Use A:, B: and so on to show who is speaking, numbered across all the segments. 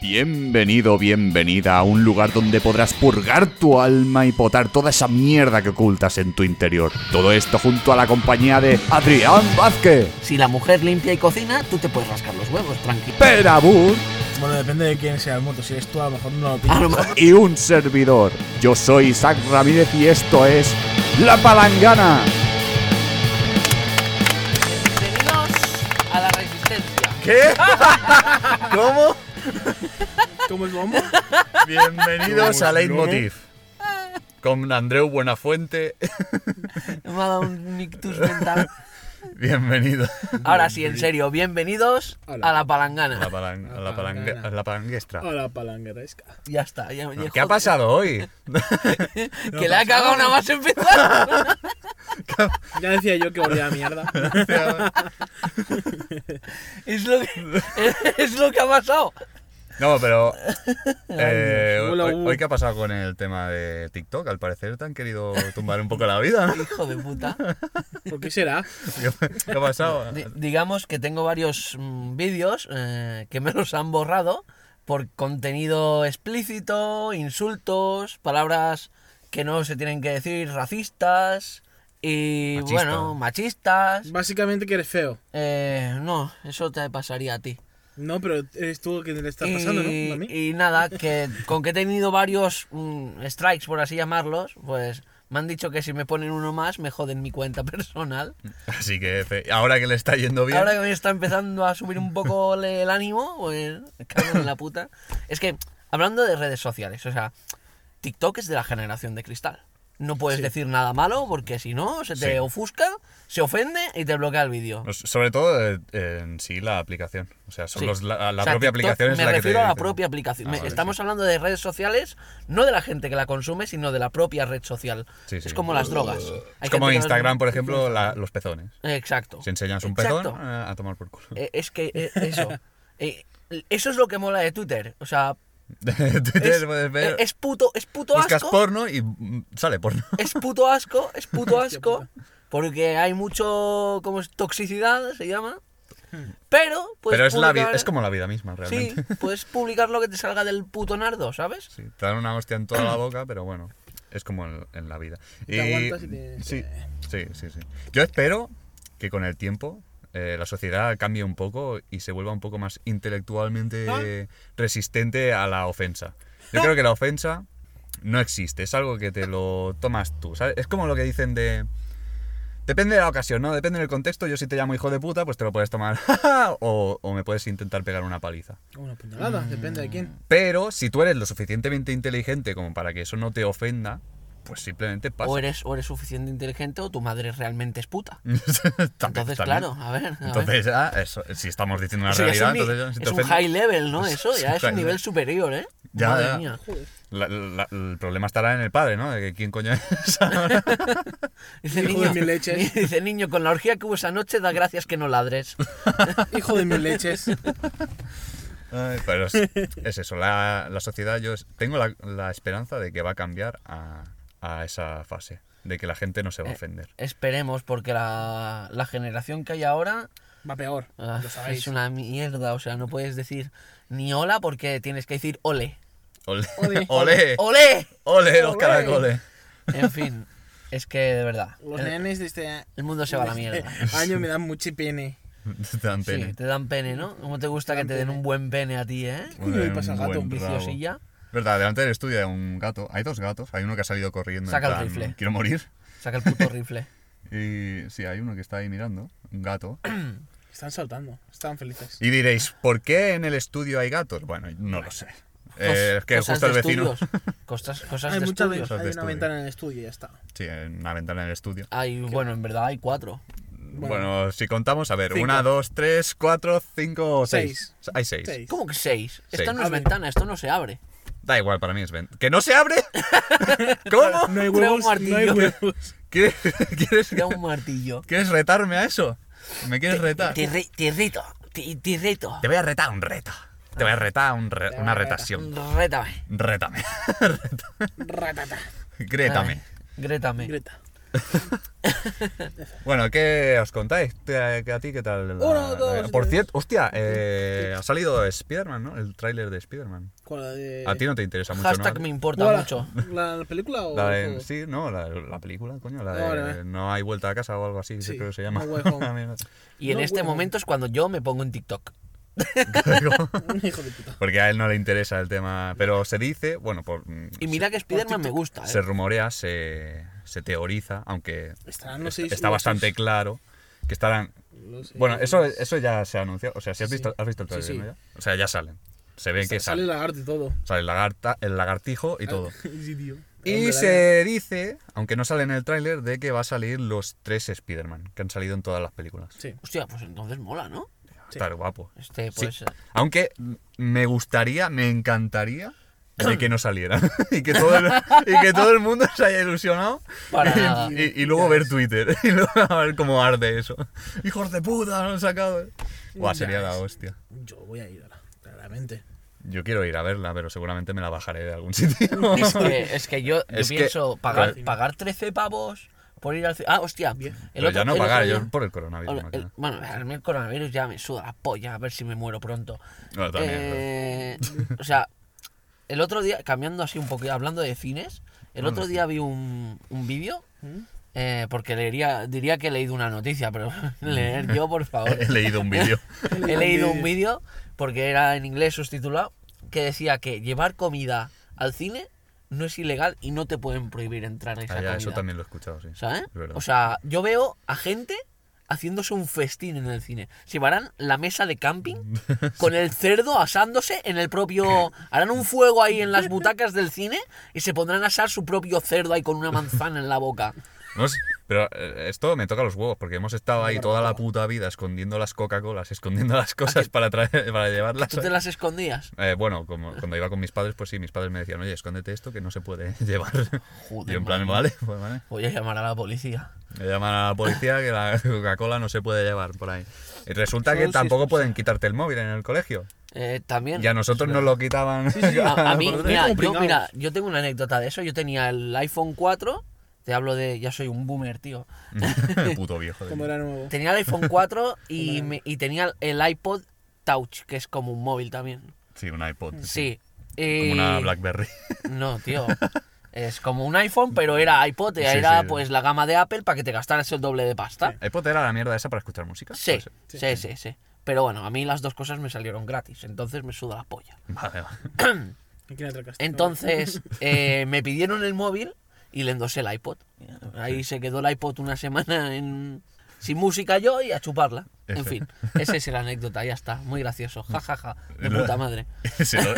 A: Bienvenido, bienvenida a un lugar donde podrás purgar tu alma y potar toda esa mierda que ocultas en tu interior. Todo esto junto a la compañía de Adrián Vázquez,
B: Si la mujer limpia y cocina, tú te puedes rascar los huevos, tranquilo.
A: Perabur
C: Bueno, depende de quién sea el muerto. Si eres tú, a lo mejor no lo
B: A
C: pillas.
B: lo mejor-
A: y un servidor. Yo soy Isaac Ramírez y esto es La Palangana.
D: Bienvenidos a la resistencia.
E: ¿Qué? ¿Cómo?
C: ¿Cómo es bombo?
E: Bienvenidos a
C: ¿Cómo?
E: Leitmotiv. Con Andreu Buenafuente.
B: Me ha dado un ictus mental.
E: Bienvenido
B: Ahora sí, en serio, bienvenidos a la
E: a la,
B: palangana.
E: palan- a la palangue- a la palanguestra.
C: Hola, palangueresca.
B: Ya está. Ya, ya-
E: ¿Qué ha pasado hoy?
B: Que le ha cagado nada más empezar.
C: Ya decía yo que volvía a mierda.
B: es, lo que, es lo que ha pasado.
E: No, pero. eh,
C: Dios.
E: hoy,
C: Hola, uh.
E: hoy-
C: Hugo.
E: hoy qué ha pasado con el tema de TikTok? Al parecer te han querido tumbar un poco la vida. ¿no?
B: Hijo de puta.
C: ¿Por qué será?
E: ¿Qué, qué ha pasado?
B: Di- digamos que tengo varios mm, vídeos eh, que me los han borrado por contenido explícito, insultos, palabras que no se tienen que decir, racistas y
E: Machista.
B: bueno, machistas.
C: Básicamente que eres feo.
B: Eh, no, eso te pasaría a ti.
C: No, pero eres tú quien le está pasando, ¿no?
B: y,
C: ¿No a mí?
B: y nada, que con que he tenido varios mm, strikes, por así llamarlos, pues me han dicho que si me ponen uno más me joden mi cuenta personal.
E: Así que fe- ahora que le está yendo bien.
B: Ahora que me está empezando a subir un poco le- el ánimo, pues cago en la puta. Es que, hablando de redes sociales, o sea, TikTok es de la generación de cristal. No puedes decir nada malo porque si no, se te
E: Sí.
B: ofusca, se ofende y te bloquea el vídeo.
E: Pues, Sobre todo eh, en sí la aplicación. O sea, son
B: Sí.
E: los- la, la
B: O sea, TikTok,
E: propia aplicación es
B: me
E: la que te
B: refiero a la
E: dice-
B: propia aplicación.
E: Ah,
B: Me-
E: vale,
B: Estamos
E: sí.
B: hablando de redes sociales, no de la gente que la consume, sino de la propia red social.
E: Sí, sí.
B: Es como las drogas. Hay
E: Es
B: gente que
E: como
B: las-
E: Instagram, por ejemplo, la- los pezones.
B: Exacto.
E: Si enseñas un
B: Exacto.
E: pezón, eh, a tomar por culo.
B: Eh, Es que eh, eso. Eh, Eso es lo que mola de Twitter. O sea,
E: Twitter
B: es, eh,
E: puedes ver,
B: es puto, es puto
E: buscas
B: asco.
E: porno y mm, sale porno.
B: Es puto asco, es puto asco. Porque hay mucho como es toxicidad, se llama. Pero, pues.
E: Hmm. Pero es, la vi-
B: publicar-
E: es como la vida misma,
B: Sí,
E: realmente.
B: puedes publicar lo que te salga del puto nardo, ¿sabes?
E: Sí, te dan una hostia en toda la boca, pero bueno, es como en, en la vida.
C: Te aguantas y te-
E: sí, sí, sí, sí. Yo espero que con el tiempo eh, la sociedad cambie un poco y se vuelva un poco más intelectualmente
C: ¿Ah?
E: eh, resistente a la ofensa. Yo creo que la ofensa no existe, es algo que te lo tomas tú. ¿sabes? Es como lo que dicen de... Depende de la ocasión, ¿no? Depende del contexto. Yo si te llamo hijo de puta, pues te lo puedes tomar o, o me puedes intentar pegar una paliza.
C: Una puñalada,
B: Mm.
C: depende de quién.
E: Pero si tú eres lo suficientemente inteligente como para que eso no te ofenda, pues simplemente pasa.
B: O eres, o eres suficiente inteligente o tu madre realmente es puta.
E: También-
B: Entonces,
E: también.
B: claro, a ver. a ver.
E: Entonces, ya, eso, si estamos diciendo una
B: Eso ya es
E: realidad,
B: un ni-
E: entonces ya, si te
B: es un
E: ofende-
B: high level, ¿no?
E: Es-
B: Eso
E: es
B: ya
E: un
B: es un
E: high
B: nivel
E: level.
B: superior, ¿eh?
E: Ya,
B: Madre
E: ya.
B: mía.
E: La- la- el problema estará en el padre, ¿no? De que quién coño es.
B: Dice
C: Hijo de
B: niño,
C: mil leches.
B: dice niño, con la orgía que hubo esa noche, da gracias que no ladres.
C: Hijo de mil leches.
E: Ay, pero es, es eso, la, la sociedad, yo es- tengo la, la esperanza de que va a cambiar a, a esa fase, de que la gente no se
B: Eh.
E: va a ofender.
B: Esperemos, porque la, la generación que hay ahora
C: Va peor,
B: ah,
C: lo
B: es
C: sabéis.
B: una mierda. O sea, no puedes decir ni hola porque tienes que decir ole.
E: Ole,
C: Ole.
E: ole,
B: ¡Ole!
E: ole, los
C: Ole.
E: caracoles.
B: En fin, es que de verdad.
C: Los
B: el-
C: nenes de este
B: El mundo se va a la mierda.
C: año me dan mucho pene.
E: Te dan
B: Sí,
E: pene.
B: te dan pene, ¿no? ¿Cómo te gusta que te den un buen pene a ti, eh?
C: Uy, ahí pasa el gato,
E: buen rabo.
B: Viciosilla.
E: Verdad, delante del estudio hay un gato. Hay dos gatos. Hay uno que ha salido corriendo. en
B: Saca el
E: plan,
B: rifle.
E: Quiero morir.
B: Saca el puto rifle.
E: Y sí, hay uno que está ahí mirando. Un gato.
C: Están saltando, están felices.
E: Y diréis, ¿por qué en el estudio hay gatos? Bueno, no lo sé. Eh, es que
B: Cosas
E: justo el
B: de
E: vecino.
B: estudios. Cosas, cosas
C: Hay
B: de
C: muchas
B: estudios.
C: veces, hay
E: de
C: una
E: estudio.
C: ventana en el estudio y ya está.
E: Sí, en una ventana en el estudio.
B: Hay, bueno, en verdad hay cuatro.
E: Bueno, si contamos, a ver, una, dos, tres, cuatro, cinco, seis. Hay seis.
C: Seis.
B: ¿Cómo que seis? Esto
E: Seis.
B: no es
C: Abre.
B: ventana, esto no se abre.
E: Da igual, para mí es ven- ¿Que no se abre? ¿Cómo?
C: No
B: Trae
C: hay
B: un
C: huevos, no hay
B: martillo.
C: huevos.
E: ¿Quieres, quieres,
B: Era un martillo.
E: quieres retarme a eso? ¿Me quieres retar?
B: Te, re- te reto, te, te reto.
E: Te voy a retar un reto. Te voy a retar un re-
C: voy a
E: una
C: retar.
E: retación.
B: Rétame.
E: Rétame.
C: Ratata.
E: Grétame.
B: Grétame.
C: Greta.
E: Bueno, ¿qué os contáis? ¿Te- que ¿A ti qué tal? la-
C: Uno, dos,
E: la- por
C: tres.
E: cierto, hostia, eh, ha salido Spider-Man, ¿no? El tráiler de Spider-Man.
C: ¿Cuál la de...
E: A ti no te interesa mucho,
B: Hashtag
E: ¿no?
B: me
C: No,
B: importa
C: la-
B: mucho.
C: ¿La, la película o...?
E: La
C: el
E: de-
C: juego?
E: sí, no, la, la película, coño, la
C: No,
E: de
C: no.
E: No hay vuelta a casa o algo así,
C: Sí,
E: creo que se llama.
C: No Way Home.
E: A mí me-
B: Y en
C: No,
B: este
C: bueno.
B: momento es cuando yo me pongo en TikTok.
C: Hijo de puta.
E: Porque a él no le interesa el tema, pero se dice, bueno, por,
B: Y mira que Spiderman me gusta,
E: se
B: ¿eh?
E: rumorea, se, se teoriza, aunque
C: Estarán los Ah, seis...
E: está
C: los
E: bastante
C: seis-
E: claro que estarán...
C: los seis-
E: Bueno, eso, eso ya se ha anunciado, o sea, si has, visto, has visto el
C: Sí,
E: trailer,
C: sí.
E: ¿no? ya? O sea, ya salen, se ve que
C: Sale
E: salen.
C: el lagarto y todo.
E: Sale el, lagarta, el lagartijo y todo.
C: Sí, tío.
E: Y
C: Hombre,
E: se dice, aunque no sale en el tráiler, de que va a salir los tres Spider-Man que han salido en todas las películas.
C: Sí.
B: Hostia, pues entonces mola, ¿no?
E: Estar guapo.
B: Este,
E: Sí.
B: pues. eh,
E: Aunque me gustaría, me encantaría de que no saliera. y, que todo el, y que todo el mundo se haya ilusionado.
B: Para-
E: Y, y luego ver Twitter. Y luego a ver cómo arde eso. Hijos de puta, lo han sacado. Buah,
C: Ya
E: sería la
C: ves.
E: hostia.
C: Yo voy a ir a la... Claramente.
E: Yo quiero ir a verla, pero seguramente me la bajaré de algún sitio.
B: Es que, es que yo, yo
E: Es que-
B: pienso pagar,
E: Claro.
B: pagar 13 pavos por ir al. ci- Ah, hostia. El
E: pero ya
B: otro-
E: no
B: el otro
E: pagar,
B: día-
E: yo por el coronavirus.
B: Ahora,
E: más que
B: el-
E: nada.
B: bueno, a mí el coronavirus ya me suda la polla, a ver si me muero pronto.
E: Bueno, Ah, también,
B: Eh, o sea, el otro día, cambiando así un poco, hablando de cines, el otro día vi un, un vídeo, eh, porque leería, diría que he leído una noticia, pero leer yo, por favor.
E: He leído un vídeo.
B: He leído un vídeo, porque era en inglés subtitulado, que decía que llevar comida al cine no es ilegal y no te pueden prohibir entrar a esa
E: Ah, ya,
B: comida.
E: eso también lo he escuchado, sí.
B: ¿Sabes?
E: Es verdad.
B: O sea, yo veo a gente haciéndose un festín en el cine. Se harán la mesa de camping con el cerdo asándose en el propio... Harán un fuego ahí en las butacas del cine y se pondrán a asar su propio cerdo ahí con una manzana en la boca.
E: No sé, pero eh, esto me toca los huevos, porque hemos estado ahí toda la puta vida escondiendo las Coca-Colas, escondiendo las cosas para, traer, para llevarlas.
B: Ah, ¿Tú te las escondías?
E: Eh, bueno, como, cuando iba con mis padres, pues sí, mis padres me decían, oye, escóndete esto que no se puede llevar.
B: Joder,
E: y en plan,
B: madre.
E: vale, pues vale.
B: Voy a llamar a la policía.
E: Le llaman a la policía que la Coca-Cola no se puede llevar por ahí. Y resulta
C: Solo
E: que
C: si
E: tampoco
C: es-
E: pueden quitarte el móvil en el colegio.
B: Eh, también...
E: Y a nosotros nos lo quitaban.
B: A, a mí,
C: Porque
B: mira,
C: es
B: yo,
C: complicado.
B: mira, yo tengo una anécdota de eso. Yo tenía el iPhone 4. Te hablo de... Ya soy un boomer, tío.
E: Puto viejo. de
C: Como
E: mí.
C: era nuevo.
B: Tenía el iPhone 4 y, me- y tenía el iPod Touch, que es como un móvil también.
E: Sí, un iPod.
B: Sí.
E: Como
B: eh,
E: una Blackberry.
B: No, tío. Es como un iPhone, pero era iPod,
E: Sí,
B: era
E: sí.
B: pues la gama de Apple para que te gastaras el doble de pasta.
E: ¿iPod era la mierda esa para escuchar música?
B: Sí,
E: Pues,
B: sí, sí, sí. Pero bueno, a mí las dos cosas me salieron gratis, entonces me suda la polla.
E: Vale, vale.
C: ¿Y quién atracaste?
B: Entonces eh, me pidieron el móvil y le endosé el iPod. Ahí se quedó el iPod una semana en- sin música yo y a chuparla. En
E: Ese.
B: fin, esa es la anécdota, ya está. Muy gracioso, jajaja, de puta madre.
E: se, lo,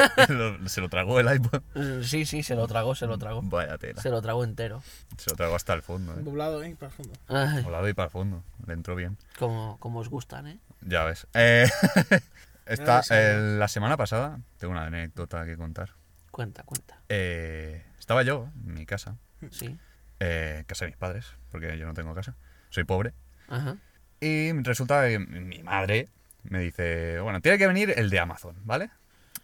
E: lo- se lo tragó el iPod.
B: Mm, Sí, sí, se lo tragó, se lo tragó.
E: Vaya tela.
B: Se lo tragó entero.
E: Se lo tragó hasta el fondo,
C: No.
E: ¿eh?
C: Doblado, ¿eh? Para el fondo.
B: Ay,
E: Volado y para el fondo. Le entró bien.
B: como, como os gustan, ¿eh?
E: Ya ves. Eh, está,
C: Ah, sí.
E: eh, la semana pasada, tengo una anécdota que contar.
B: Cuenta, cuenta.
E: Eh, estaba yo en mi casa,
B: Sí.
E: eh, casa de mis padres, porque yo no tengo casa. Soy pobre.
B: Ajá.
E: Y resulta que mi madre me dice, bueno, tiene que venir el de Amazon, ¿vale?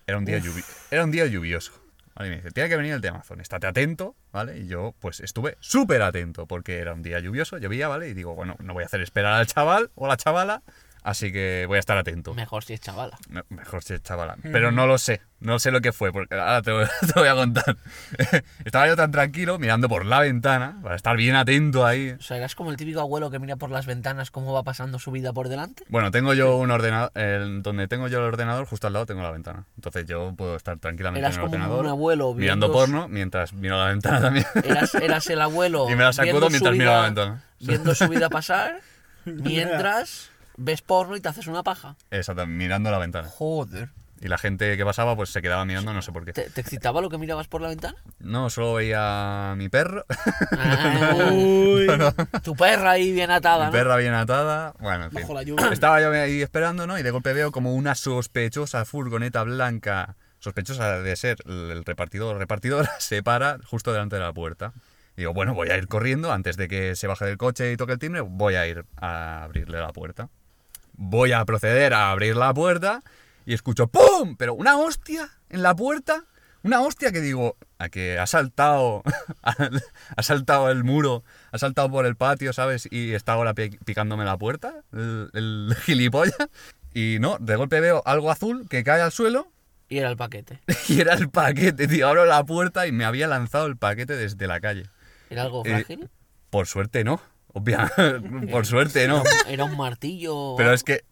E: Era un día, lluvi- era un día lluvioso. ¿vale? Y me dice, tiene que venir el de Amazon, estate atento, ¿vale? Y yo pues estuve súper atento porque era un día lluvioso, llovía, ¿vale? Y digo, bueno, no voy a hacer esperar al chaval o a la chavala, así que voy a estar atento.
B: Mejor si es chavala.
E: Me- Mejor si es chavala. Pero no lo sé. No sé lo que fue, porque ahora te, voy- te voy a contar. Estaba yo tan tranquilo mirando por la ventana para estar bien atento ahí.
B: O sea, eras como el típico abuelo que mira por las ventanas cómo va pasando su vida por delante.
E: Bueno, tengo yo un ordenador. el- donde tengo yo el ordenador, justo al lado tengo la ventana. Entonces yo puedo estar tranquilamente
B: Eras
E: en el
B: como un
E: ordenador.
B: abuelo
E: mirando
B: viendo-
E: porno mientras miro la ventana también.
B: Eras, eras el abuelo.
E: Y me la
B: viendo
E: sacudo
B: su
E: mientras miro la ventana.
B: Viendo su vida pasar, mientras ves porno y te haces una paja.
E: Exacto, mirando la ventana.
B: Joder.
E: Y la gente que pasaba, pues se quedaba mirando, no sé por qué.
B: ¿Te, te excitaba lo que mirabas por la ventana?
E: No, solo veía a mi perro.
B: Ah,
C: Uy.
B: tu perra ahí bien atada,
E: Mi
B: ¿no?
E: perra bien atada. Bueno, en fin.
C: Bajo la lluvia.
E: Estaba yo ahí esperando, ¿no? Y de golpe veo como una sospechosa furgoneta blanca, sospechosa de ser el el repartidor o repartidora, se para justo delante de la puerta. Digo, bueno, voy a ir corriendo antes de que se baje del coche y toque el timbre, voy a ir a abrirle la puerta. Voy a proceder a abrir la puerta y escucho ¡pum! Pero una hostia en la puerta, Una hostia que digo, a que ha saltado, al- ha saltado el muro, ha saltado por el patio, ¿sabes? Y está ahora pi- picándome la puerta, el, el gilipollas. Y no, de golpe veo algo azul que cae al suelo
B: Y era el paquete.
E: y era el paquete, tío. Abro la puerta y me había lanzado el paquete desde la calle.
B: ¿Era algo
E: Eh,
B: frágil?
E: Por suerte no, obviamente, por suerte no.
B: ¿Era un martillo?
E: Pero es que,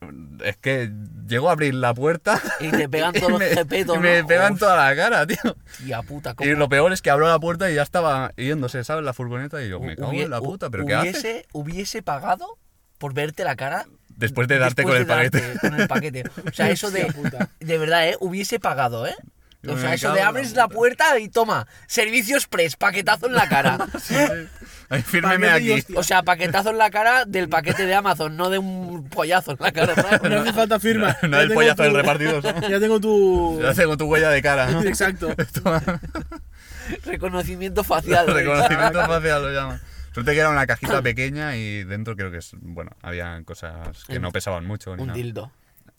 E: es que llego a abrir la puerta
B: Y te pegan todos los
E: me-
B: cepetos,
E: me
B: ¿no?
E: pegan toda la cara, tío.
B: Tía puta, ¿cómo?
E: Y lo peor es que abro la puerta y ya estaba yéndose, ¿sabes? La furgoneta y yo, me cago
B: Hubie-
E: en la
B: hu-
E: puta, ¿pero qué haces?
B: hubiese, hubiese pagado por verte la cara
E: Después de darte
B: después
E: con el
B: de
E: paquete.
B: darte con el paquete. O sea, eso de... De verdad, ¿eh? Hubiese pagado, ¿eh?
E: Yo
B: O
E: me
B: sea, eso
E: cago
B: de
E: en la
B: abres la
E: puta.
B: puerta y toma, servicio express, paquetazo en la cara.
E: Ay, fírmeme
C: Paquete y
E: aquí.
C: hostia.
B: O sea, paquetazo en la cara del paquete de Amazon, no de un pollazo en la cara. ¿sabes?
C: No hace falta firma.
E: No
C: Ya
E: el
C: tengo
E: pollazo
C: tu-
E: del repartidor, ¿sabes?
C: Ya tengo tu.
E: Lo hace con tu huella de cara, ¿no?
C: Exacto.
B: Reconocimiento facial.
E: Reconocimiento facial lo llaman. Suerte que era una cajita pequeña y dentro creo que es, bueno, había cosas que no pesaban mucho. Ni
B: Un
E: nada.
B: dildo.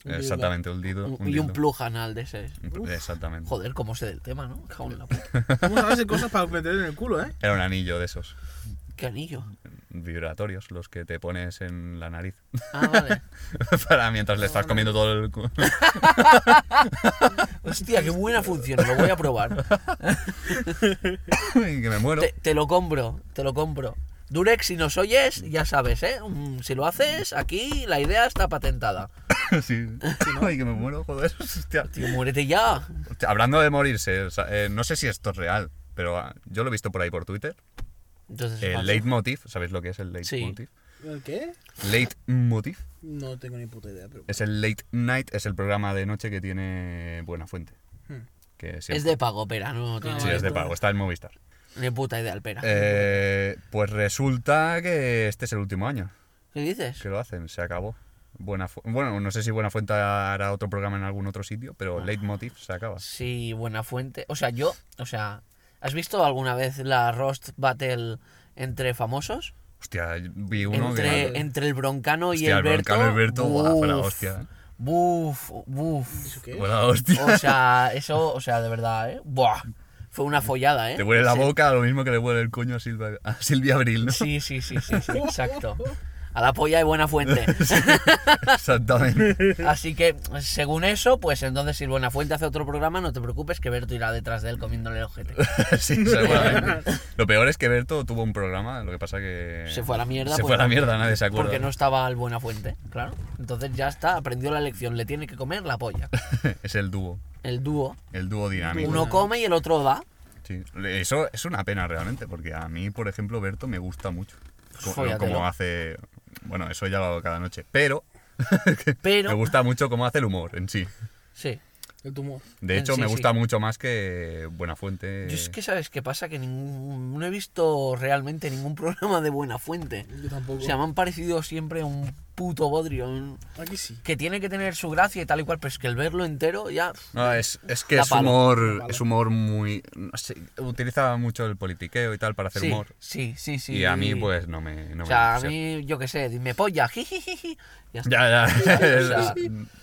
E: Exactamente, un dildo.
B: Un- y un
E: dildo.
B: plujanal de ese.
E: Un pl- Exactamente.
B: Joder, cómo sé del tema, ¿no? Cago en la puta.
C: Vamos a hacer cosas para meter en el culo, ¿eh?
E: Era un anillo de esos.
B: Qué anillo.
E: Vibratorios, los que te pones en la nariz.
B: Ah, vale.
E: Para mientras le estás comiendo todo el. cu-
B: Hostia, qué buena función. Lo voy a probar.
E: y que me muero.
B: Te, te lo compro, te lo compro. Durex, si nos oyes, ya sabes, ¿eh? Mm, Si lo haces, aquí la idea está patentada.
E: Sí. Ay, que me muero, joder. Hostia.
B: Tío, muérete ya.
E: Hostia, Hablando de morirse, o sea, eh, no sé si esto es real, pero ah, yo lo he visto por ahí por Twitter.
B: Entonces,
E: El
B: falso.
E: leitmotiv, ¿sabéis lo que es el leitmotiv?
C: ¿El qué?
E: Leitmotiv
C: No tengo ni puta idea, pero.
E: es el late night, es el programa de noche que tiene Buena Fuente.
C: hmm,
E: Que siempre-
B: es de ¿eh? Ah, pago, pera, no tiene
E: Sí, es de pago, está en Movistar.
B: ni puta idea el pera.
E: Eh, pues resulta que este es el último año
B: ¿Qué dices?
E: que lo hacen, se acabó. Buena Fu- bueno, no sé si Buena Fuente hará otro programa en algún otro sitio, pero
B: Ah.
E: Leitmotiv se acaba.
B: Sí, buena fuente. O sea, yo, o sea, ¿has visto alguna vez la Rost Battle entre famosos?
E: Hostia, vi uno
B: entre,
E: que...
B: entre el Broncano y
E: Hostia,
B: el
E: el
B: Berto.
E: Broncano y el Berto, guau, fue la
B: Buf,
E: hostia, ¿eh?
B: Buf, buf.
C: ¿Qué?
E: Bueno, hostia.
B: O sea, eso, o sea, de verdad, ¿eh? Buah, fue una follada, ¿eh?
E: Te huele la
B: Sí.
E: boca lo mismo que le huele el coño a Silvia, a Silvia Abril, ¿no?
B: Sí, sí, sí, sí, sí, exacto. A la polla de buena fuente.
E: Exactamente.
B: Así que, según eso, pues entonces si Buenafuente hace otro programa, no te preocupes que Berto irá detrás de él comiéndole el ojete.
E: Sí, seguramente. Lo peor es que Berto tuvo un programa, lo que pasa que...
B: Se fue a la mierda,
E: Se
B: pues,
E: fue a la
B: no.
E: mierda, nadie se acuerda.
B: Porque no estaba el Buenafuente, claro. Entonces ya está, aprendió la lección, le tiene que comer la polla.
E: Es el dúo,
B: El dúo,
E: el dúo dinámico.
B: uno come y el otro da.
E: Sí. Eso es una pena realmente, porque a mí, por ejemplo, Berto me gusta mucho. Co-
B: fóllatelo.
E: como hace... Bueno, eso ya lo hago cada noche, pero...
B: Pero,
E: Me gusta mucho cómo hace el humor en sí.
B: sí.
C: El tumor.
E: De
B: En
E: hecho,
B: sí,
E: me
B: sí.
E: gusta mucho más que Buenafuente.
B: Yo es que, ¿sabes qué pasa? Que ningún- no he visto realmente ningún programa de Buenafuente.
C: Yo tampoco.
B: O sea, me han parecido siempre un puto bodrio. un-
C: Aquí sí.
B: Que tiene que tener su gracia y tal y cual, pero es que el verlo entero ya...
E: No, es, es que
B: La
E: es
B: pala.
E: humor, es humor muy... no sé, utiliza mucho el politiqueo y tal para hacer
B: Sí,
E: humor.
B: sí, sí, sí.
E: Y a mí, pues, no me...
B: O
E: no me
B: sea, a
E: entusiasma.
B: mí, yo qué sé, dime polla, jijijiji. Ya está.
E: Ya, ya.
B: sea-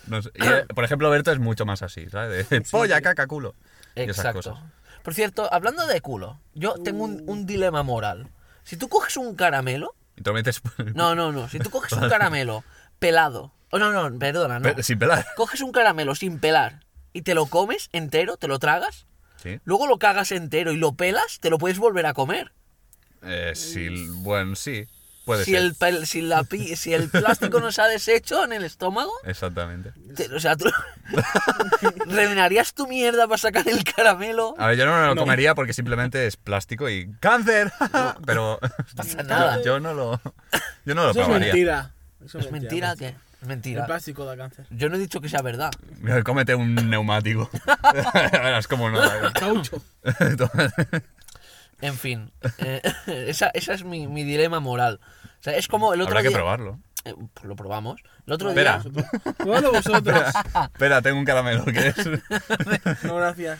E: No sé. Y, eh, por ejemplo, Berto es mucho más así, ¿sabes? De polla, caca, culo. y esas
B: Exacto.
E: cosas.
B: Por cierto, hablando de culo, yo tengo un, un dilema moral. Si tú coges un caramelo...
E: Y te lo metes
B: No, no, no. Si tú coges un caramelo pelado... Oh, no, no, perdona, no.
E: pe- sin pelar.
B: Coges un caramelo sin pelar y te lo comes entero, te lo tragas,
E: Sí.
B: luego lo cagas entero y lo pelas, te lo puedes volver a comer.
E: Eh, sí, bueno, sí. Puede
B: si
E: ser.
B: el, pel- si, la pi- si el plástico no se ha deshecho en el estómago,
E: Exactamente.
B: te- o sea, tú rellenarías tu mierda para sacar el caramelo.
E: A ver, yo no me lo comería porque simplemente es plástico y ¡cáncer! Pero...
B: pasa nada.
E: Yo no lo... Yo no lo
C: Eso es
E: probaría.
C: mentira. Eso
B: ¿Es mentira
C: que
B: que Es
C: El
B: mentira.
C: plástico da cáncer.
B: Yo no he dicho que sea verdad.
E: Mira, Cómete un neumático. Verás cómo no.
C: Caucho.
B: En fin, eh, esa, esa es mi, mi dilema moral. O sea, es como el otro
E: Habrá que
B: día-
E: probarlo.
B: eh, pues lo probamos. El otro
E: Espera.
B: día.
C: Bueno, vosotros.
E: Espera, tengo un caramelo que es.
C: No, gracias.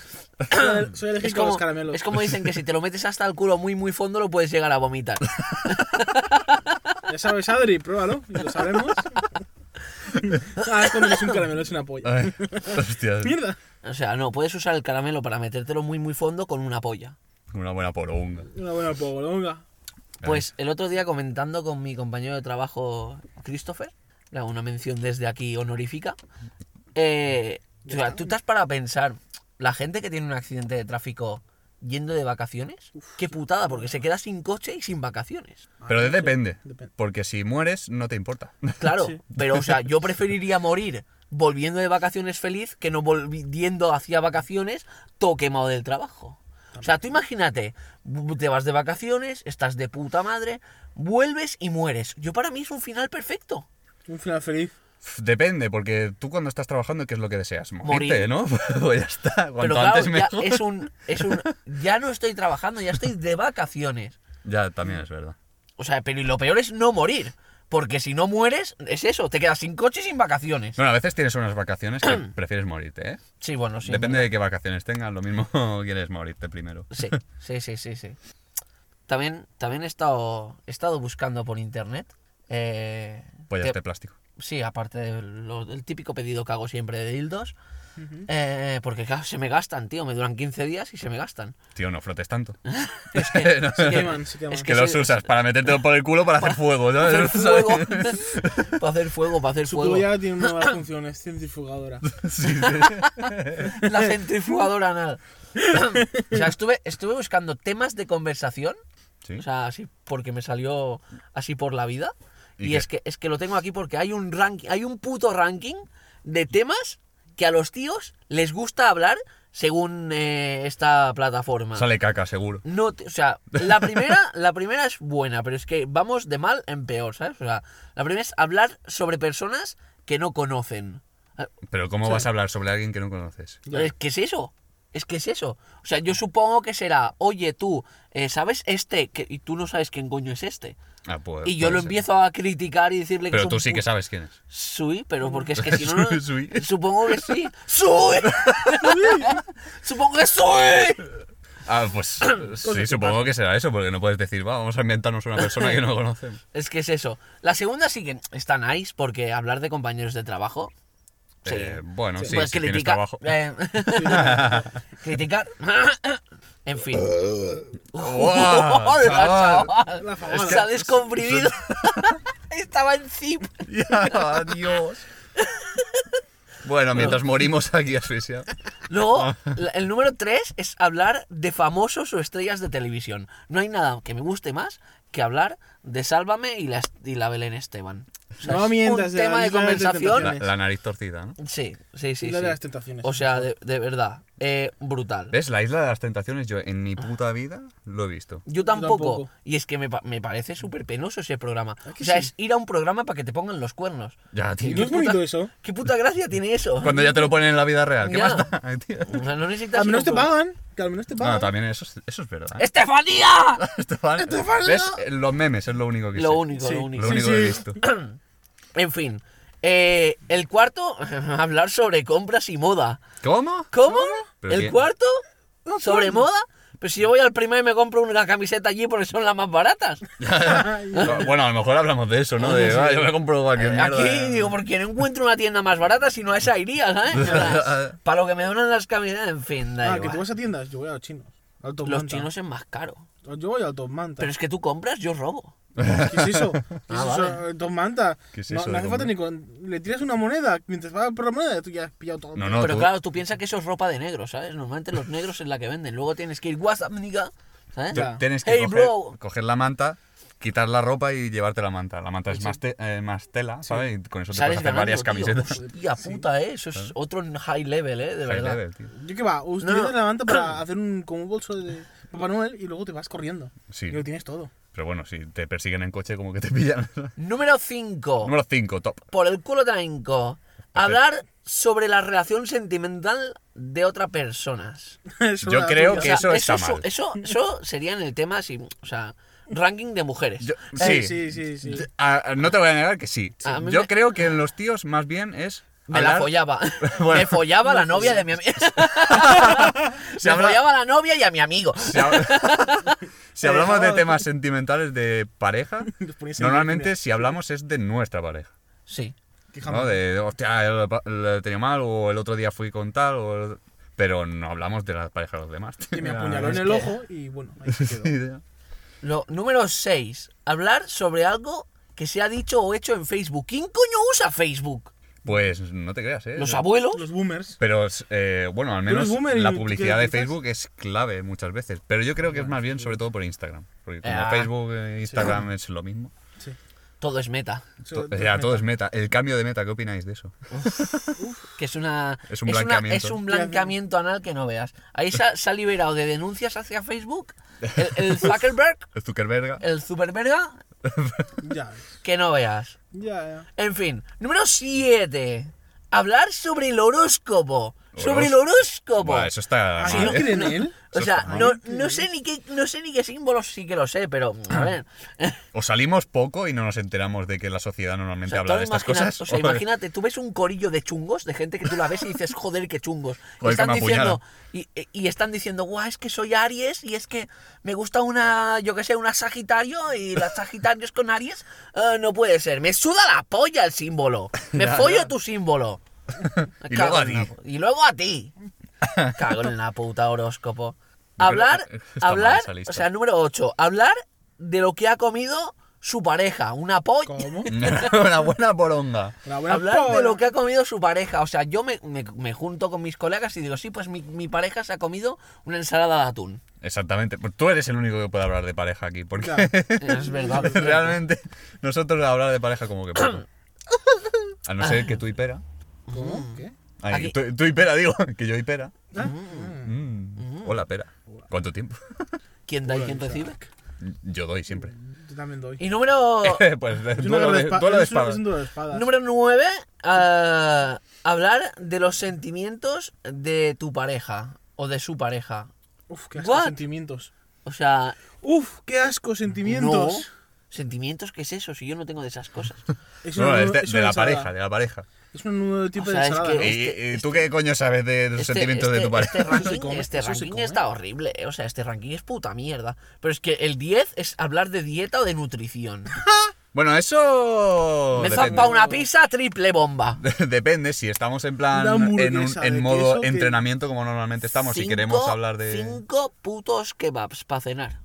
C: Soy ale- Soy
B: Es
C: alérgico a
B: como,
C: los caramelos.
B: es como dicen que si te lo metes hasta el culo muy muy fondo lo puedes llegar a vomitar.
C: Ya sabes, Adri, pruébalo. y Lo sabremos. Ah, es cuando no es un caramelo, es una polla.
E: Ay, Hostia.
C: Mierda.
B: O sea, no, puedes usar el caramelo para metértelo muy, muy fondo con una polla.
E: Una buena poronga.
C: Una buena polonga.
B: Pues el otro día comentando con mi compañero de trabajo, Christopher, le hago una mención desde aquí honorífica, eh, o sea, tú estás para pensar, la gente que tiene un accidente de tráfico yendo de vacaciones, qué putada, porque se queda sin coche y sin vacaciones.
E: Pero de- depende,
C: Depende.
E: porque si mueres no te importa.
B: Claro,
C: Sí.
B: pero o sea, yo preferiría morir volviendo de vacaciones feliz que no volviendo hacia vacaciones todo quemado del trabajo. O sea, tú imagínate, bu- te vas de vacaciones, estás de puta madre, vuelves y mueres. Yo para mí es un final perfecto.
C: Un final feliz.
E: Pf, Depende, porque tú cuando estás trabajando, ¿qué es lo que deseas?
B: Morir.
E: Morirte, ¿no? pues ya está, cuanto
B: Pero
E: antes
B: claro, ya
E: mejor.
B: es un, es un... Ya no estoy trabajando, ya estoy de vacaciones.
E: Ya, también es verdad.
B: O sea, pero y lo peor es no morir. Porque si no mueres, es eso, te quedas sin coche y sin vacaciones.
E: Bueno, a veces tienes unas vacaciones que prefieres morirte, ¿eh?
B: Sí, bueno, sí.
E: Depende de qué vacaciones tengas, lo mismo quieres morirte primero.
B: Sí, sí, sí, sí, sí. También, también he, estado, he estado buscando por internet. eh, te-
E: Pollas de Pues este plástico.
B: Sí, aparte del típico pedido que hago siempre de dildos. eh, porque claro, se me gastan, tío. Me duran 15 días y se me gastan.
E: Tío, no frotes tanto.
B: Ah, Es que,
E: No,
C: Se queman, se queman.
B: es
E: que
B: que
E: los
B: soy-
E: usas para metértelo por el culo para hacer fuego, ¿no?
B: para hacer
E: ¿Sabes?
B: fuego, para hacer fuego, para hacer
C: Su
B: fuego.
C: polla tiene una mala función, es centrifugadora.
E: Sí, sí.
B: La centrifugadora anal. o sea, estuve, estuve buscando temas de conversación.
E: Sí.
B: O sea, así porque me salió así por la vida.
E: ¿Y
B: Y,
E: qué?
B: es que es que lo tengo aquí porque hay un ranking, hay un puto ranking de temas que a los tíos les gusta hablar según eh, esta plataforma.
E: Sale caca, seguro.
B: No, te- o sea, la primera, la primera es buena, pero es que vamos de mal en peor, ¿sabes? O sea, la primera es hablar sobre personas que no conocen.
E: Pero ¿cómo vas a hablar sobre alguien que no conoces?
C: Ya.
B: Es que es eso. Es que es eso. O sea, yo supongo que será, oye tú, eh, ¿sabes este? Que, y tú no sabes quién coño es este.
E: Ah, pues,
B: Y yo
E: puede
B: lo
E: ser.
B: empiezo a criticar y decirle que
E: Pero
B: es
E: tú
B: un
E: sí que
B: pu-
E: sabes quién es.
B: Sí, pero porque es que si no, no-
E: Sui, sui.
B: supongo que sí. ¡Sui! supongo que soy.
E: Ah, pues sí, supongo que será eso, porque no puedes decir, va, vamos a inventarnos una persona que no conocemos.
B: Es que es eso. La segunda sí que está nice porque hablar de compañeros de trabajo. Sí.
E: Eh, bueno, sí,
B: Pues
E: si tienes
B: critica-
E: trabajo.
B: eh, criticar. en fin.
E: ¡Guau,
B: Joder,
E: Oh, chaval!
B: chaval.
C: La fabada.
B: Se ha descomprimido. Estaba en zip.
E: Ya, Dios. Bueno, mientras morimos aquí asfixia. Ah.
B: Luego, la- el número 3 es hablar de famosos o estrellas de televisión. No hay nada que me guste más que hablar de Sálvame y la, est- y la Belén Esteban. O sea,
C: No
B: es
C: mientas, eh,
B: un
C: de la
B: tema de
C: Isla de las
B: conversación.
E: La, la nariz torcida, ¿no?
B: Sí, sí, sí.
C: Isla
B: sí.
C: de las tentaciones.
B: O sea, de, de verdad, eh, brutal.
E: ¿Ves? La isla de las tentaciones yo en
B: Ah.
E: mi puta vida lo he visto.
B: Yo tampoco.
C: tampoco.
B: Y es que me, pa- me parece súper penoso ese programa.
C: que
B: O sea,
C: sí.
B: es ir a un programa para que te pongan los cuernos.
E: Ya, tío.
C: No es bonito eso.
B: ¿Qué puta gracia tiene eso?
E: Cuando ya te lo ponen en la vida real. ¿Qué
B: Ya.
E: más da, tío?
B: O sea, no necesitas
C: Al
B: ir a
C: menos
B: un
C: te
B: programa.
C: pagan. Que al menos te
E: Bueno,
C: pagan.
E: Ah, también eso es, eso es verdad. ¿eh?
B: ¡Estefanía!
E: Estefan- ¿Ves? Los memes es lo único que
B: Lo
E: sé.
B: único,
C: Sí.
B: lo único.
E: Lo único
C: Sí,
E: que he
C: sí.
E: visto.
B: En fin. eh, el cuarto, hablar sobre compras y moda.
E: ¿Cómo?
B: ¿Cómo?
E: ¿Pero
B: ¿El
E: qué?
B: cuarto? ¿Sobre moda? Pero si yo voy al primer y me compro una camiseta allí porque son las más baratas.
E: No, Bueno, a lo mejor hablamos de eso, ¿no? De, "Ah, yo me compro cualquier mierda. eh.
B: Aquí digo, porque no encuentro una tienda más barata, si no a esa iría, ¿sabes? Para lo que me duran las camisetas, en fin, da
C: Ah, que
B: igual.
C: tú vas a tiendas. Yo voy a los chinos. Al Top
B: Los
C: Manta.
B: chinos es más caro.
C: Yo voy al Top Manta.
B: Pero es que tú compras, yo robo.
C: ¿Qué es eso? ¿Qué
B: Ah,
C: es eso? Dos mantas.
E: ¿Qué es
C: no,
E: eso
C: no
E: de
C: hace falta
E: comprar?
C: ni con... Le tiras una moneda. Mientras vas por la moneda, tú ya has pillado todo.
E: No, no,
B: Pero
E: tú-
B: claro, tú piensas que eso es ropa de negro, ¿sabes? Normalmente los negros es la que venden. Luego tienes que ir, WhatsApp, nigga. ¿Sabes?
E: tú
C: Ya.
E: tienes que
B: Hey,
E: coger,
B: bro.
E: coger la manta, quitar la ropa y llevarte la manta. La manta es más, te- eh, más tela, ¿sabes? Y con eso te puedes
B: Sales
E: hacer
B: ganando,
E: varias
B: tío.
E: camisetas.
B: Hostia puta, eh. Eso es otro high level, eh, de
E: High
B: verdad.
E: level, tío.
C: Yo que va, utilizas
B: No, no.
C: la manta para hacer un, como un bolso de Papá Noel y luego te vas corriendo.
E: Sí.
C: Y lo tienes todo.
E: Pero bueno, si te persiguen en coche, como que te pillan.
B: Número 5.
E: Número 5, top.
B: Por el culo tranco. Hablar sobre la relación sentimental de otras personas.
C: Eso
E: Yo
C: era
E: creo
C: tuya.
E: que eso está
B: eso,
E: mal.
B: eso, eso sería en el tema, si, o sea, ranking de mujeres.
E: Yo-
C: Eh,
E: sí,
C: sí, sí, sí.
E: A- a- no te voy a negar que sí.
B: A mí
E: Yo
B: me-
E: creo que en los tíos más bien es.
B: Me la
E: hablar-
B: follaba.
E: Bueno.
B: me follaba la novia de mi amigo.
E: Si
B: me
E: habla-
B: follaba la novia y a mi amigo.
E: Si, habla- si hablamos de
C: dejaba-
E: temas sentimentales de pareja,
C: Nos ponías en
E: normalmente
C: bucle.
E: si hablamos es de nuestra pareja.
B: Sí.
C: Que jamás-
E: ¿no? De, hostia, lo he pa- lo he tenido mal, o el otro día fui con tal, o... el- pero no hablamos de las parejas de los demás.
C: Y me apuñaló en el ojo y bueno, ahí se quedó.
B: Lo, número 6. Hablar sobre algo que se ha dicho o hecho en Facebook. ¿Quién coño usa Facebook?
E: Pues no te creas, ¿eh?
B: ¿Los abuelos?
C: Los boomers.
E: Pero eh, bueno, al
C: eres
E: menos
C: boomer y
E: la
C: tú
E: publicidad
C: quieres
E: de
C: quizás.
E: Facebook es clave muchas veces. Pero yo creo que es más bien sobre todo por Instagram. Porque como
B: Ah.
E: Facebook e Instagram es lo mismo.
C: Sí.
B: Todo es meta.
E: To- ya, todo es meta. El cambio de meta, ¿qué opináis de eso?
B: Que es una.
E: Es un
B: una-
E: blanqueamiento.
B: es un blanqueamiento anal que no veas. Ahí se ha, se ha liberado de denuncias hacia Facebook el, el Zuckerberg,
E: El Zuckerberg.
B: el Superverga,
C: Ya, ves.
B: que no veas.
C: ya, ya.
B: En fin, número 7. Hablar sobre el horóscopo. Sobre el
E: Horos-
B: horóscopo.
E: Buah, eso
B: Ah,
E: está.
C: ¿Así
E: mal,
C: no
E: ¿eh?
C: creen en él?
B: o
E: eso
B: sea,
E: está
B: no, no sé ni qué, no sé ni qué símbolos sí que lo sé, pero a ver.
E: O salimos poco y no nos enteramos de que la sociedad
B: O
E: normalmente
B: sea,
E: habla
B: tú
E: de estas
B: imagina-
E: cosas.
B: o sea, imagínate, tú ves un corillo de chungos, de gente que tú la ves y dices, joder, qué chungos. Y
E: Joder, que
B: están
E: me
B: diciendo, y, e, y están diciendo, guau, es que soy Aries y es que me gusta una, yo qué sé, una Sagitario y las Sagitarios con Aries, eh, no puede ser. Me suda la polla el símbolo. Me follo tu símbolo. Me
E: Y luego
B: cago
E: a
B: en
E: ti.
B: la pu- Y luego a ti. Cago en la puta horóscopo.
E: creo
B: Hablar,
E: que está mal
B: hablar,
E: esa lista.
B: o sea, número 8, hablar de lo que ha comido su pareja, una polla.
C: ¿Cómo?
E: Una buena boronga.
C: La buena
B: Hablar
C: pola.
B: de lo que ha comido su pareja. O sea, yo me, me- me junto con mis colegas y digo, sí, pues mi, mi pareja se ha comido una ensalada de atún.
E: Exactamente. Pues Tú eres el único que puede hablar de pareja aquí. Porque
C: Claro.
B: Es verdad.
E: realmente nosotros hablar de pareja como que poco. A no ser que tú y Pera. Mm.
C: ¿Cómo? ¿Qué?
E: Ay,
B: Aquí-
E: tú, tú y Pera, digo, que yo y Pera.
C: Ah,
E: Mm. Hola, Pera. ¿Cuánto tiempo?
B: ¿Quién da y quién recibe?
E: Yo doy siempre.
C: Mm, Yo también doy.
B: Y número,
E: pues
C: Es un duelo
E: duelo de,
C: de espa-
E: duelo de
C: es un-
E: espadas.
C: Es un duelo de espadas.
B: número 9, ah, hablar de los sentimientos de tu pareja o de su pareja.
C: Uf, qué asco
B: What?
C: sentimientos.
B: O sea,
C: Uf, qué asco sentimientos.
B: no. ¿Sentimientos qué es eso? Si yo no tengo de esas cosas.
C: Es
E: No, no,
C: una
E: es
C: nueva-
E: de,
C: es
E: de
C: una
E: la
C: ensalada.
E: pareja, de la pareja.
C: Es un nuevo tipo
B: O sea,
C: de
B: es
C: ensalada.
B: que-
C: ¿no?
E: ¿Y,
B: Este-
E: y tú qué coño sabes de los
B: Este-
E: sentimientos de
B: este-
E: tu pareja?
B: Este ranking,
C: come,
B: este
C: eso se
B: ranking
C: come.
B: está horrible, eh. o sea, este ranking es puta mierda. Pero es que el 10 es hablar de dieta o de nutrición.
E: Bueno, eso.
B: Me he
E: depende.
B: zampado una pizza triple bomba.
E: Depende, si estamos en plan
C: Una hamburguesa
E: en, un-
C: de
E: en modo
C: queso que-
E: entrenamiento como normalmente estamos, si
B: Cinco-
E: queremos hablar de...
B: Cinco putos kebabs para cenar.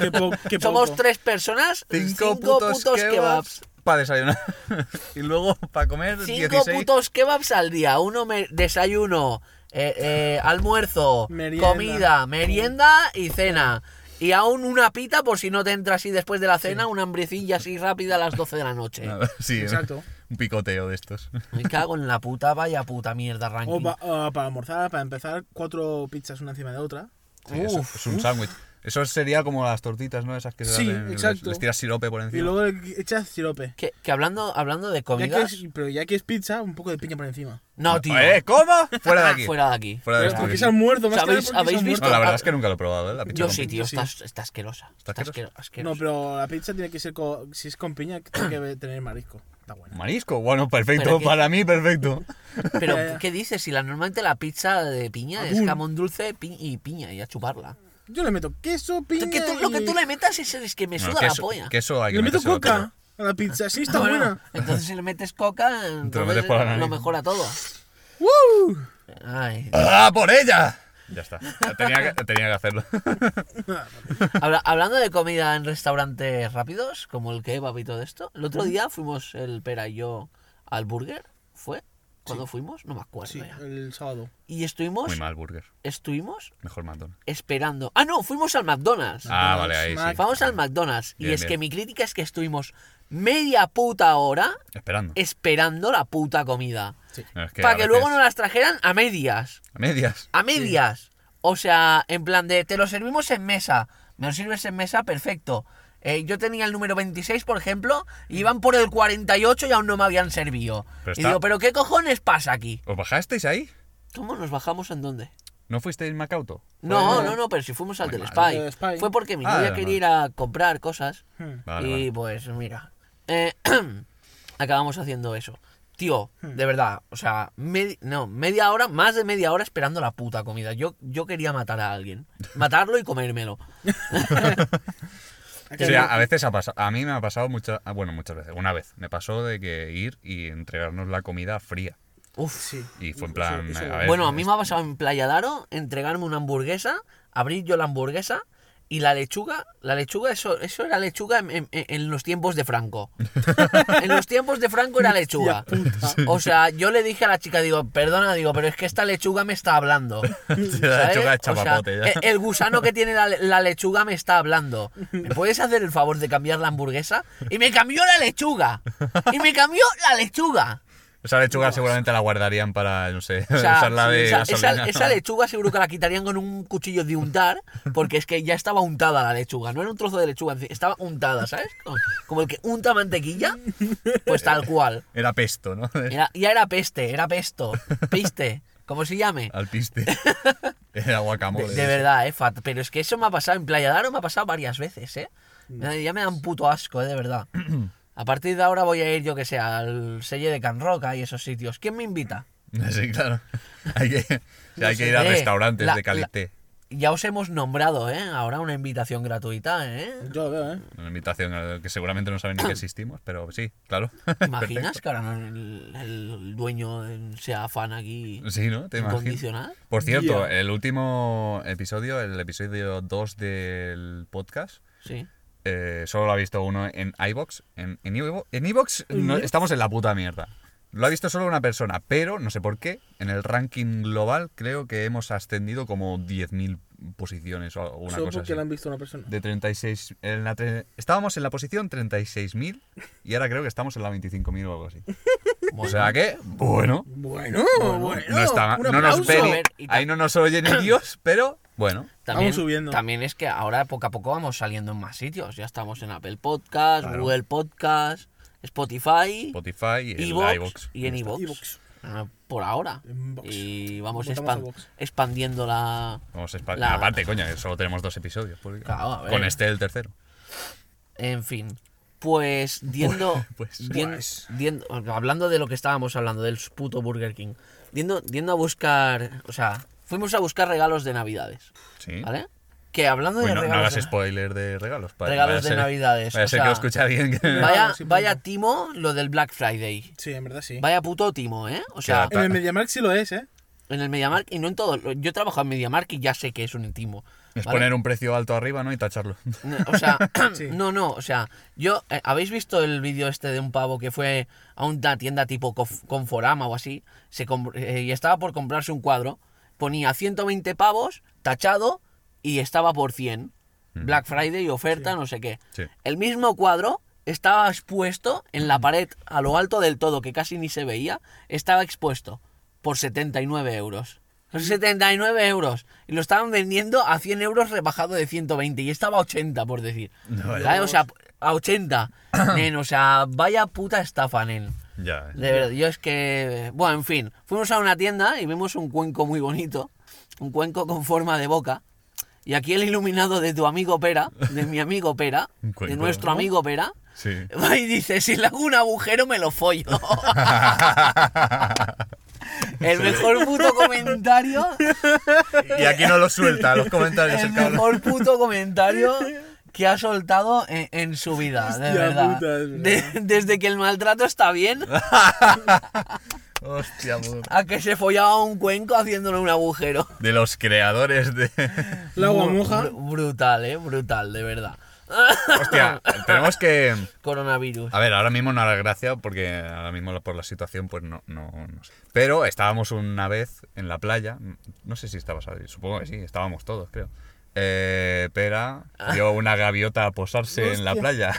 C: Qué po- qué
B: Somos
C: poco.
B: tres personas, cinco, putos, kebabs.
E: para desayunar y luego para comer
B: Cinco
E: 16.
B: putos kebabs al día. Uno me- desayuno, eh, eh, almuerzo,
C: Merienda.
B: comida, merienda y cena. Y aún una pita por si no te entra así después de la cena, una hambrecilla así rápida a las 12 de la noche.
E: Nada, sí,
C: Exacto.
E: un picoteo de estos.
B: Me cago en la puta, vaya puta mierda, ranking.
C: O pa- o para almorzar, para empezar, cuatro pizzas una encima de otra.
E: Sí, eso,
B: Uf,
E: es un sándwich. Eso sería como las tortitas, ¿no? Esas que se
C: Sí,
E: hacen, les-
C: exacto.
E: les tiras sirope por
C: Y
E: encima.
C: luego le echas sirope.
B: Que, que hablando, hablando de
C: Ya que
B: comidas...
C: es- pero ya que es pizza, un poco de piña por encima.
B: No, tío. Ah,
E: ¿Eh? ¿Cómo? Fuera de aquí.
B: Fuera de aquí.
E: Fuera de
C: Pero porque es
E: estudio.
C: almuerzo, más que nada
B: ¿Sabéis-
C: porque es
B: habéis
C: almuerzo.
E: No, la verdad es que nunca lo he probado, ¿eh? La pizza
B: Yo
E: con
B: sí,
E: piña.
B: tío,
C: sí.
B: Está, está asquerosa. Está,
E: asquerosa?
B: asquero- asquerosa.
C: No, pero la pizza tiene que ser con, si es con piña, tiene que tener marisco. Está buena.
E: Marisco, bueno, perfecto.
B: Pero que-
E: Para mí, perfecto.
B: Pero, ¿qué dices? Si la, normalmente la pizza de piña es
C: Atún.
B: jamón dulce pi- y piña, y a chuparla.
C: Yo le meto queso, piña.
B: Tú- que tú- lo que tú
C: y-
B: le metas es, es que me
E: No,
B: suda la
E: queso,
B: polla.
E: queso hay Ah, que
C: le meto
E: metérselo
C: coca a la pizza. Sí, está
B: Ah, Bueno,
C: buena.
B: entonces si le metes coca, entonces
E: por la nariz.
B: lo mejora todo.
C: ¡Woo!
B: Ay.
E: todo. ¡Ah, por ella! Ya está. Tenía que, tenía que hacerlo.
B: Habla- hablando de comida en restaurantes rápidos, como el kebab y todo esto, el otro día fuimos el Pera y yo al burger, ¿fue? ¿Cuándo fuimos? No me acuerdo
C: Sí,
B: ya.
C: el sábado.
B: Y estuvimos,
E: Muy mal, burger.
B: estuvimos
E: Mejor McDonald's.
B: esperando. Ah, no, fuimos al McDonald's.
E: Ah, vale, ahí
C: Pues Mac.
E: sí.
B: Vamos al McDonald's. y
E: Bien,
B: es
E: bien.
B: que mi crítica es que estuvimos media puta hora
E: Esperando.
B: esperando la puta comida.
E: No, es a
B: para que
E: veces-
B: luego no las trajeran a medias.
E: A medias.
B: A medias. O sea, en plan de, te lo servimos en mesa. Me lo sirves en mesa, perfecto. Eh, yo tenía el número 26, por ejemplo, y iban por el 48 y aún no me habían servido.
E: Pero
B: y
E: está-
B: digo, ¿pero qué cojones pasa aquí?
E: ¿Os bajasteis ahí?
B: ¿Cómo nos bajamos en dónde?
E: ¿No fuisteis en Macauto?
B: No, no, no, pero si fuimos al del Spy.
C: Al del Spy.
B: Fue porque mi
E: Ah,
B: novia
E: vale.
B: quería ir a comprar cosas.
C: Hmm.
E: Vale,
B: y
E: vale.
B: pues mira, eh, acabamos haciendo eso. Tío,
E: Hmm.
B: de verdad, o sea, medi- no, media hora, más de media hora esperando la puta comida. Yo, yo quería matar a alguien. Matarlo y comérmelo.
E: Sí, a a veces ha pasado. ah, A mí me ha pasado muchas. Bueno, muchas veces. Una vez. Me pasó de que ir y entregarnos la comida fría.
B: Uf.
C: Sí.
E: Y fue en plan,
C: Eso- eso-
E: a ver,
B: Bueno, a mí me ha pasado en Playa Daro entregarme una hamburguesa, abrir yo la hamburguesa y la lechuga, la lechuga, eso, eso era lechuga en, en- en los tiempos de Franco. en los tiempos de Franco era lechuga. O sea, yo le dije a la chica, digo, perdona, digo, pero es que esta lechuga me está hablando. ¿sabes?
E: lechuga es
B: O sea,
E: chapapote, ya.
B: e- el gusano que tiene la, la lechuga me está hablando. ¿Me puedes hacer el favor de cambiar la hamburguesa? Y me cambió la lechuga. Y me cambió la lechuga.
E: Esa lechuga seguramente la guardarían para, no sé,
B: O sea,
E: usarla de
B: o sea,
E: gasolina.
B: esa, esa lechuga seguro que la quitarían con un cuchillo de untar, porque es que ya estaba untada la lechuga, no era un trozo de lechuga, en fin, estaba untada, ¿sabes? Como, como el que unta mantequilla, pues tal cual.
E: Era pesto, ¿no?
B: Era- ya era peste, era pesto, piste, como se llame.
E: Al piste. Era guacamole.
B: De, de verdad, eh, Fat. Pero es que eso me ha pasado en Playa de Aro, me ha pasado varias veces, eh. Me- Ya me dan puto asco, eh, de verdad. A partir de ahora voy a ir, yo que sé, al sello de Can Roca y esos sitios. ¿Quién me invita?
E: Sí, claro. Hay que, o sea, hay que ir a
B: Eh,
E: restaurantes
B: la-
E: de calité.
B: Ya os hemos nombrado, ¿eh? Ahora una invitación gratuita, ¿eh?
C: Yo lo veo, ¿eh?
E: Una invitación a la que seguramente no saben ni que existimos, pero sí, claro.
B: ¿Te imaginas que ahora no- el, el dueño eh, sea fan aquí
E: Sí, ¿no? Te imaginas.
B: incondicional?
E: Por cierto,
C: Día.
E: el último episodio, el episodio 2 del podcast,
B: Sí.
E: eh, solo lo ha visto uno en iBox. En, en, iVo- en iVoox no- estamos en la puta mierda. Lo ha visto solo una persona, pero no sé por qué, en el ranking global creo que hemos ascendido como 10.000 posiciones o una
C: Solo
E: cosa
C: porque
E: así.
C: la han visto una persona.
E: De 36. En la tre- estábamos en la posición 36.000 y ahora creo que estamos en la 25.000 o algo así. o sea que, bueno.
C: Bueno, bueno.
E: no está mal.
C: un
E: No nos
C: aplauso.
E: ven.
B: A ver, y
E: ni- Ahí no nos oye ni Dios, pero bueno.
B: También,
C: subiendo.
B: También es que ahora poco a poco vamos saliendo en más sitios. Ya estamos en Apple Podcast, Google Podcast, Spotify,
E: Spotify, el
B: iVoox
E: iVoox.
B: y en iVoox.
C: iVoox.
B: Ah, Por ahora.
C: Inbox.
B: Y vamos
C: Votamos a
B: expan-
C: Vox.
B: expandiendo la...
E: Vamos a espa-
B: La-
E: Aparte, coña, que solo tenemos dos episodios. pues,
B: Claro, a ver.
E: Con este el tercero.
B: En fin. Pues, diendo,
E: Pues,
B: dien-
C: pues.
B: diendo- hablando de lo que estábamos hablando, del puto Burger King, diendo, diendo a buscar, o sea, fuimos a buscar regalos de Navidades,
E: Sí.
B: ¿vale? Que hablando de
E: Bueno, ¿Eh? Pues no
B: regalos,
E: hagas
B: de-
E: spoiler de regalos. pa-
B: Regalos
E: vaya a
B: de Navidades,
E: Vaya a
B: o
E: ser que
B: sea-
E: lo escuche alguien que.
B: vaya,
C: Regalos, sí,
B: vaya
C: punto.
B: timo lo del Black Friday.
C: Sí, en verdad sí.
B: Vaya puto timo, ¿eh? O sea,
E: Claro.
C: En el MediaMarkt sí lo es, ¿eh?
B: en el MediaMarkt y no en todo. Yo trabajo en MediaMarkt y ya sé que es un timo.
E: Es
B: ¿vale?
E: poner un precio alto arriba, ¿no? Y tacharlo.
B: No, O sea,
C: Sí.
B: no, no, o sea, yo, eh, ¿habéis visto el vídeo este de un pavo que fue a una tienda tipo Conf- Conforama o así? Se com- eh, y estaba por comprarse un cuadro, ponía 120 pavos, tachado, y estaba por 100. Black Friday, oferta, no sé qué.
E: Sí.
B: El mismo cuadro estaba expuesto en la pared, a lo alto del todo, que casi ni se veía, estaba expuesto por 79 euros. Son 79 euros. Y lo estaban vendiendo a 100 euros rebajado de 120. Y estaba a 80, por decir. ¿Sabes? O sea, a 80. nen, o sea, vaya puta estafa, nen.
E: Ya. eh.
B: De verdad, yo es que... Bueno, en fin. Fuimos a una tienda y vimos un cuenco muy bonito. Un cuenco con forma de boca. Y aquí el iluminado de tu amigo Pera, de mi amigo Pera,
E: Un cuenco,
B: de nuestro
E: ¿no?
B: amigo Pera,
E: Sí.
B: va y dice, si le hago un agujero me lo follo. El mejor puto comentario,
E: Y aquí no lo suelta, los comentarios,
B: el
E: el cabrón.
B: mejor puto comentario que ha soltado en, en su vida, de
C: Hostia
B: verdad.
C: puta, es
B: De- desde que el maltrato está bien,
E: Hostia, puta.
B: a que se follaba un cuenco haciéndole un agujero.
E: De los creadores de.
C: La agua
B: Bru-
C: moja.
B: bru- brutal, eh, brutal, de verdad.
E: Hostia, tenemos que.
B: Coronavirus.
C: Ah.
E: A ver, ahora mismo no hará gracia porque ahora mismo por la situación, pues no, no, no sé. Pero estábamos una vez en la playa, mm, no sé si estabas Adri, supongo que sí, estábamos todos, creo. Eh, Pera
B: Ah.
E: vio una gaviota a posarse en la playa.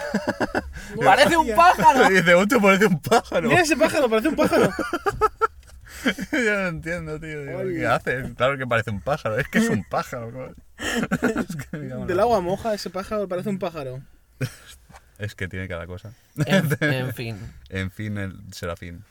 B: Parece un pájaro.
E: Y dice, hostia, parece un pájaro.
C: Mira ese pájaro, parece un pájaro.
E: Yo no entiendo, tío. digo, ¿Qué haces? Claro que parece un pájaro, es que es un pájaro. ¿cómo? Es que, digamos,
C: Del agua moja, ese pájaro parece un pájaro.
E: es que tiene cada cosa.
B: En, en fin,
E: En fin, el serafín.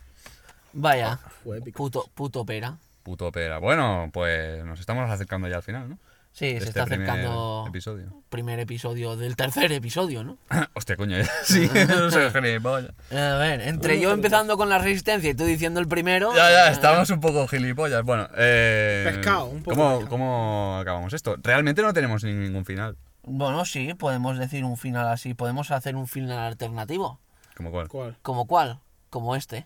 B: vaya.
C: Fue épico.
B: Puto, puto pera.
E: Puto Pera. Bueno, pues nos estamos acercando ya al final, ¿no?
B: Sí,
E: De
B: se
E: este
B: está
E: primer
B: acercando.
E: Episodio.
B: Primer episodio del tercer episodio, ¿no?
E: Hostia, coño, ya. sí, no soy gilipollas.
B: A ver, entre yo empezando con la resistencia y tú diciendo el primero.
E: Ya, ya,
B: eh,
E: estábamos un poco gilipollas. Bueno, eh.
C: Pescado, un poco
E: ¿cómo,
C: pescado.
E: ¿Cómo acabamos esto? Realmente no tenemos ni- ningún final.
B: Bueno, sí, podemos decir un final así. Podemos hacer un final alternativo.
E: ¿Cómo cuál?
C: ¿Cuál?
B: ¿Como cuál? Como este.